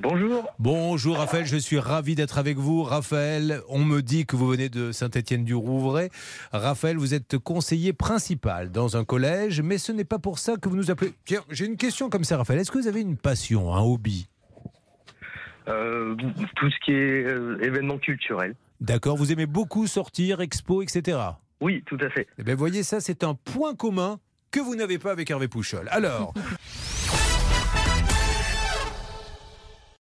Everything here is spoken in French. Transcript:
bonjour. Bonjour Raphaël, je suis ravi d'être avec vous. Raphaël, on me dit que vous venez de Saint-Étienne-du-Rouvray. Raphaël, vous êtes conseiller principal dans un collège, mais ce n'est pas pour ça que vous nous appelez. Tiens, j'ai une question comme ça, Raphaël. Est-ce que vous avez une passion, un hobby Euh, tout ce qui est euh, événement culturel. D'accord, vous aimez beaucoup sortir, expo, etc. Oui, tout à fait. Eh bien, voyez, ça, c'est un point commun que vous n'avez pas avec Hervé Pouchol. Alors,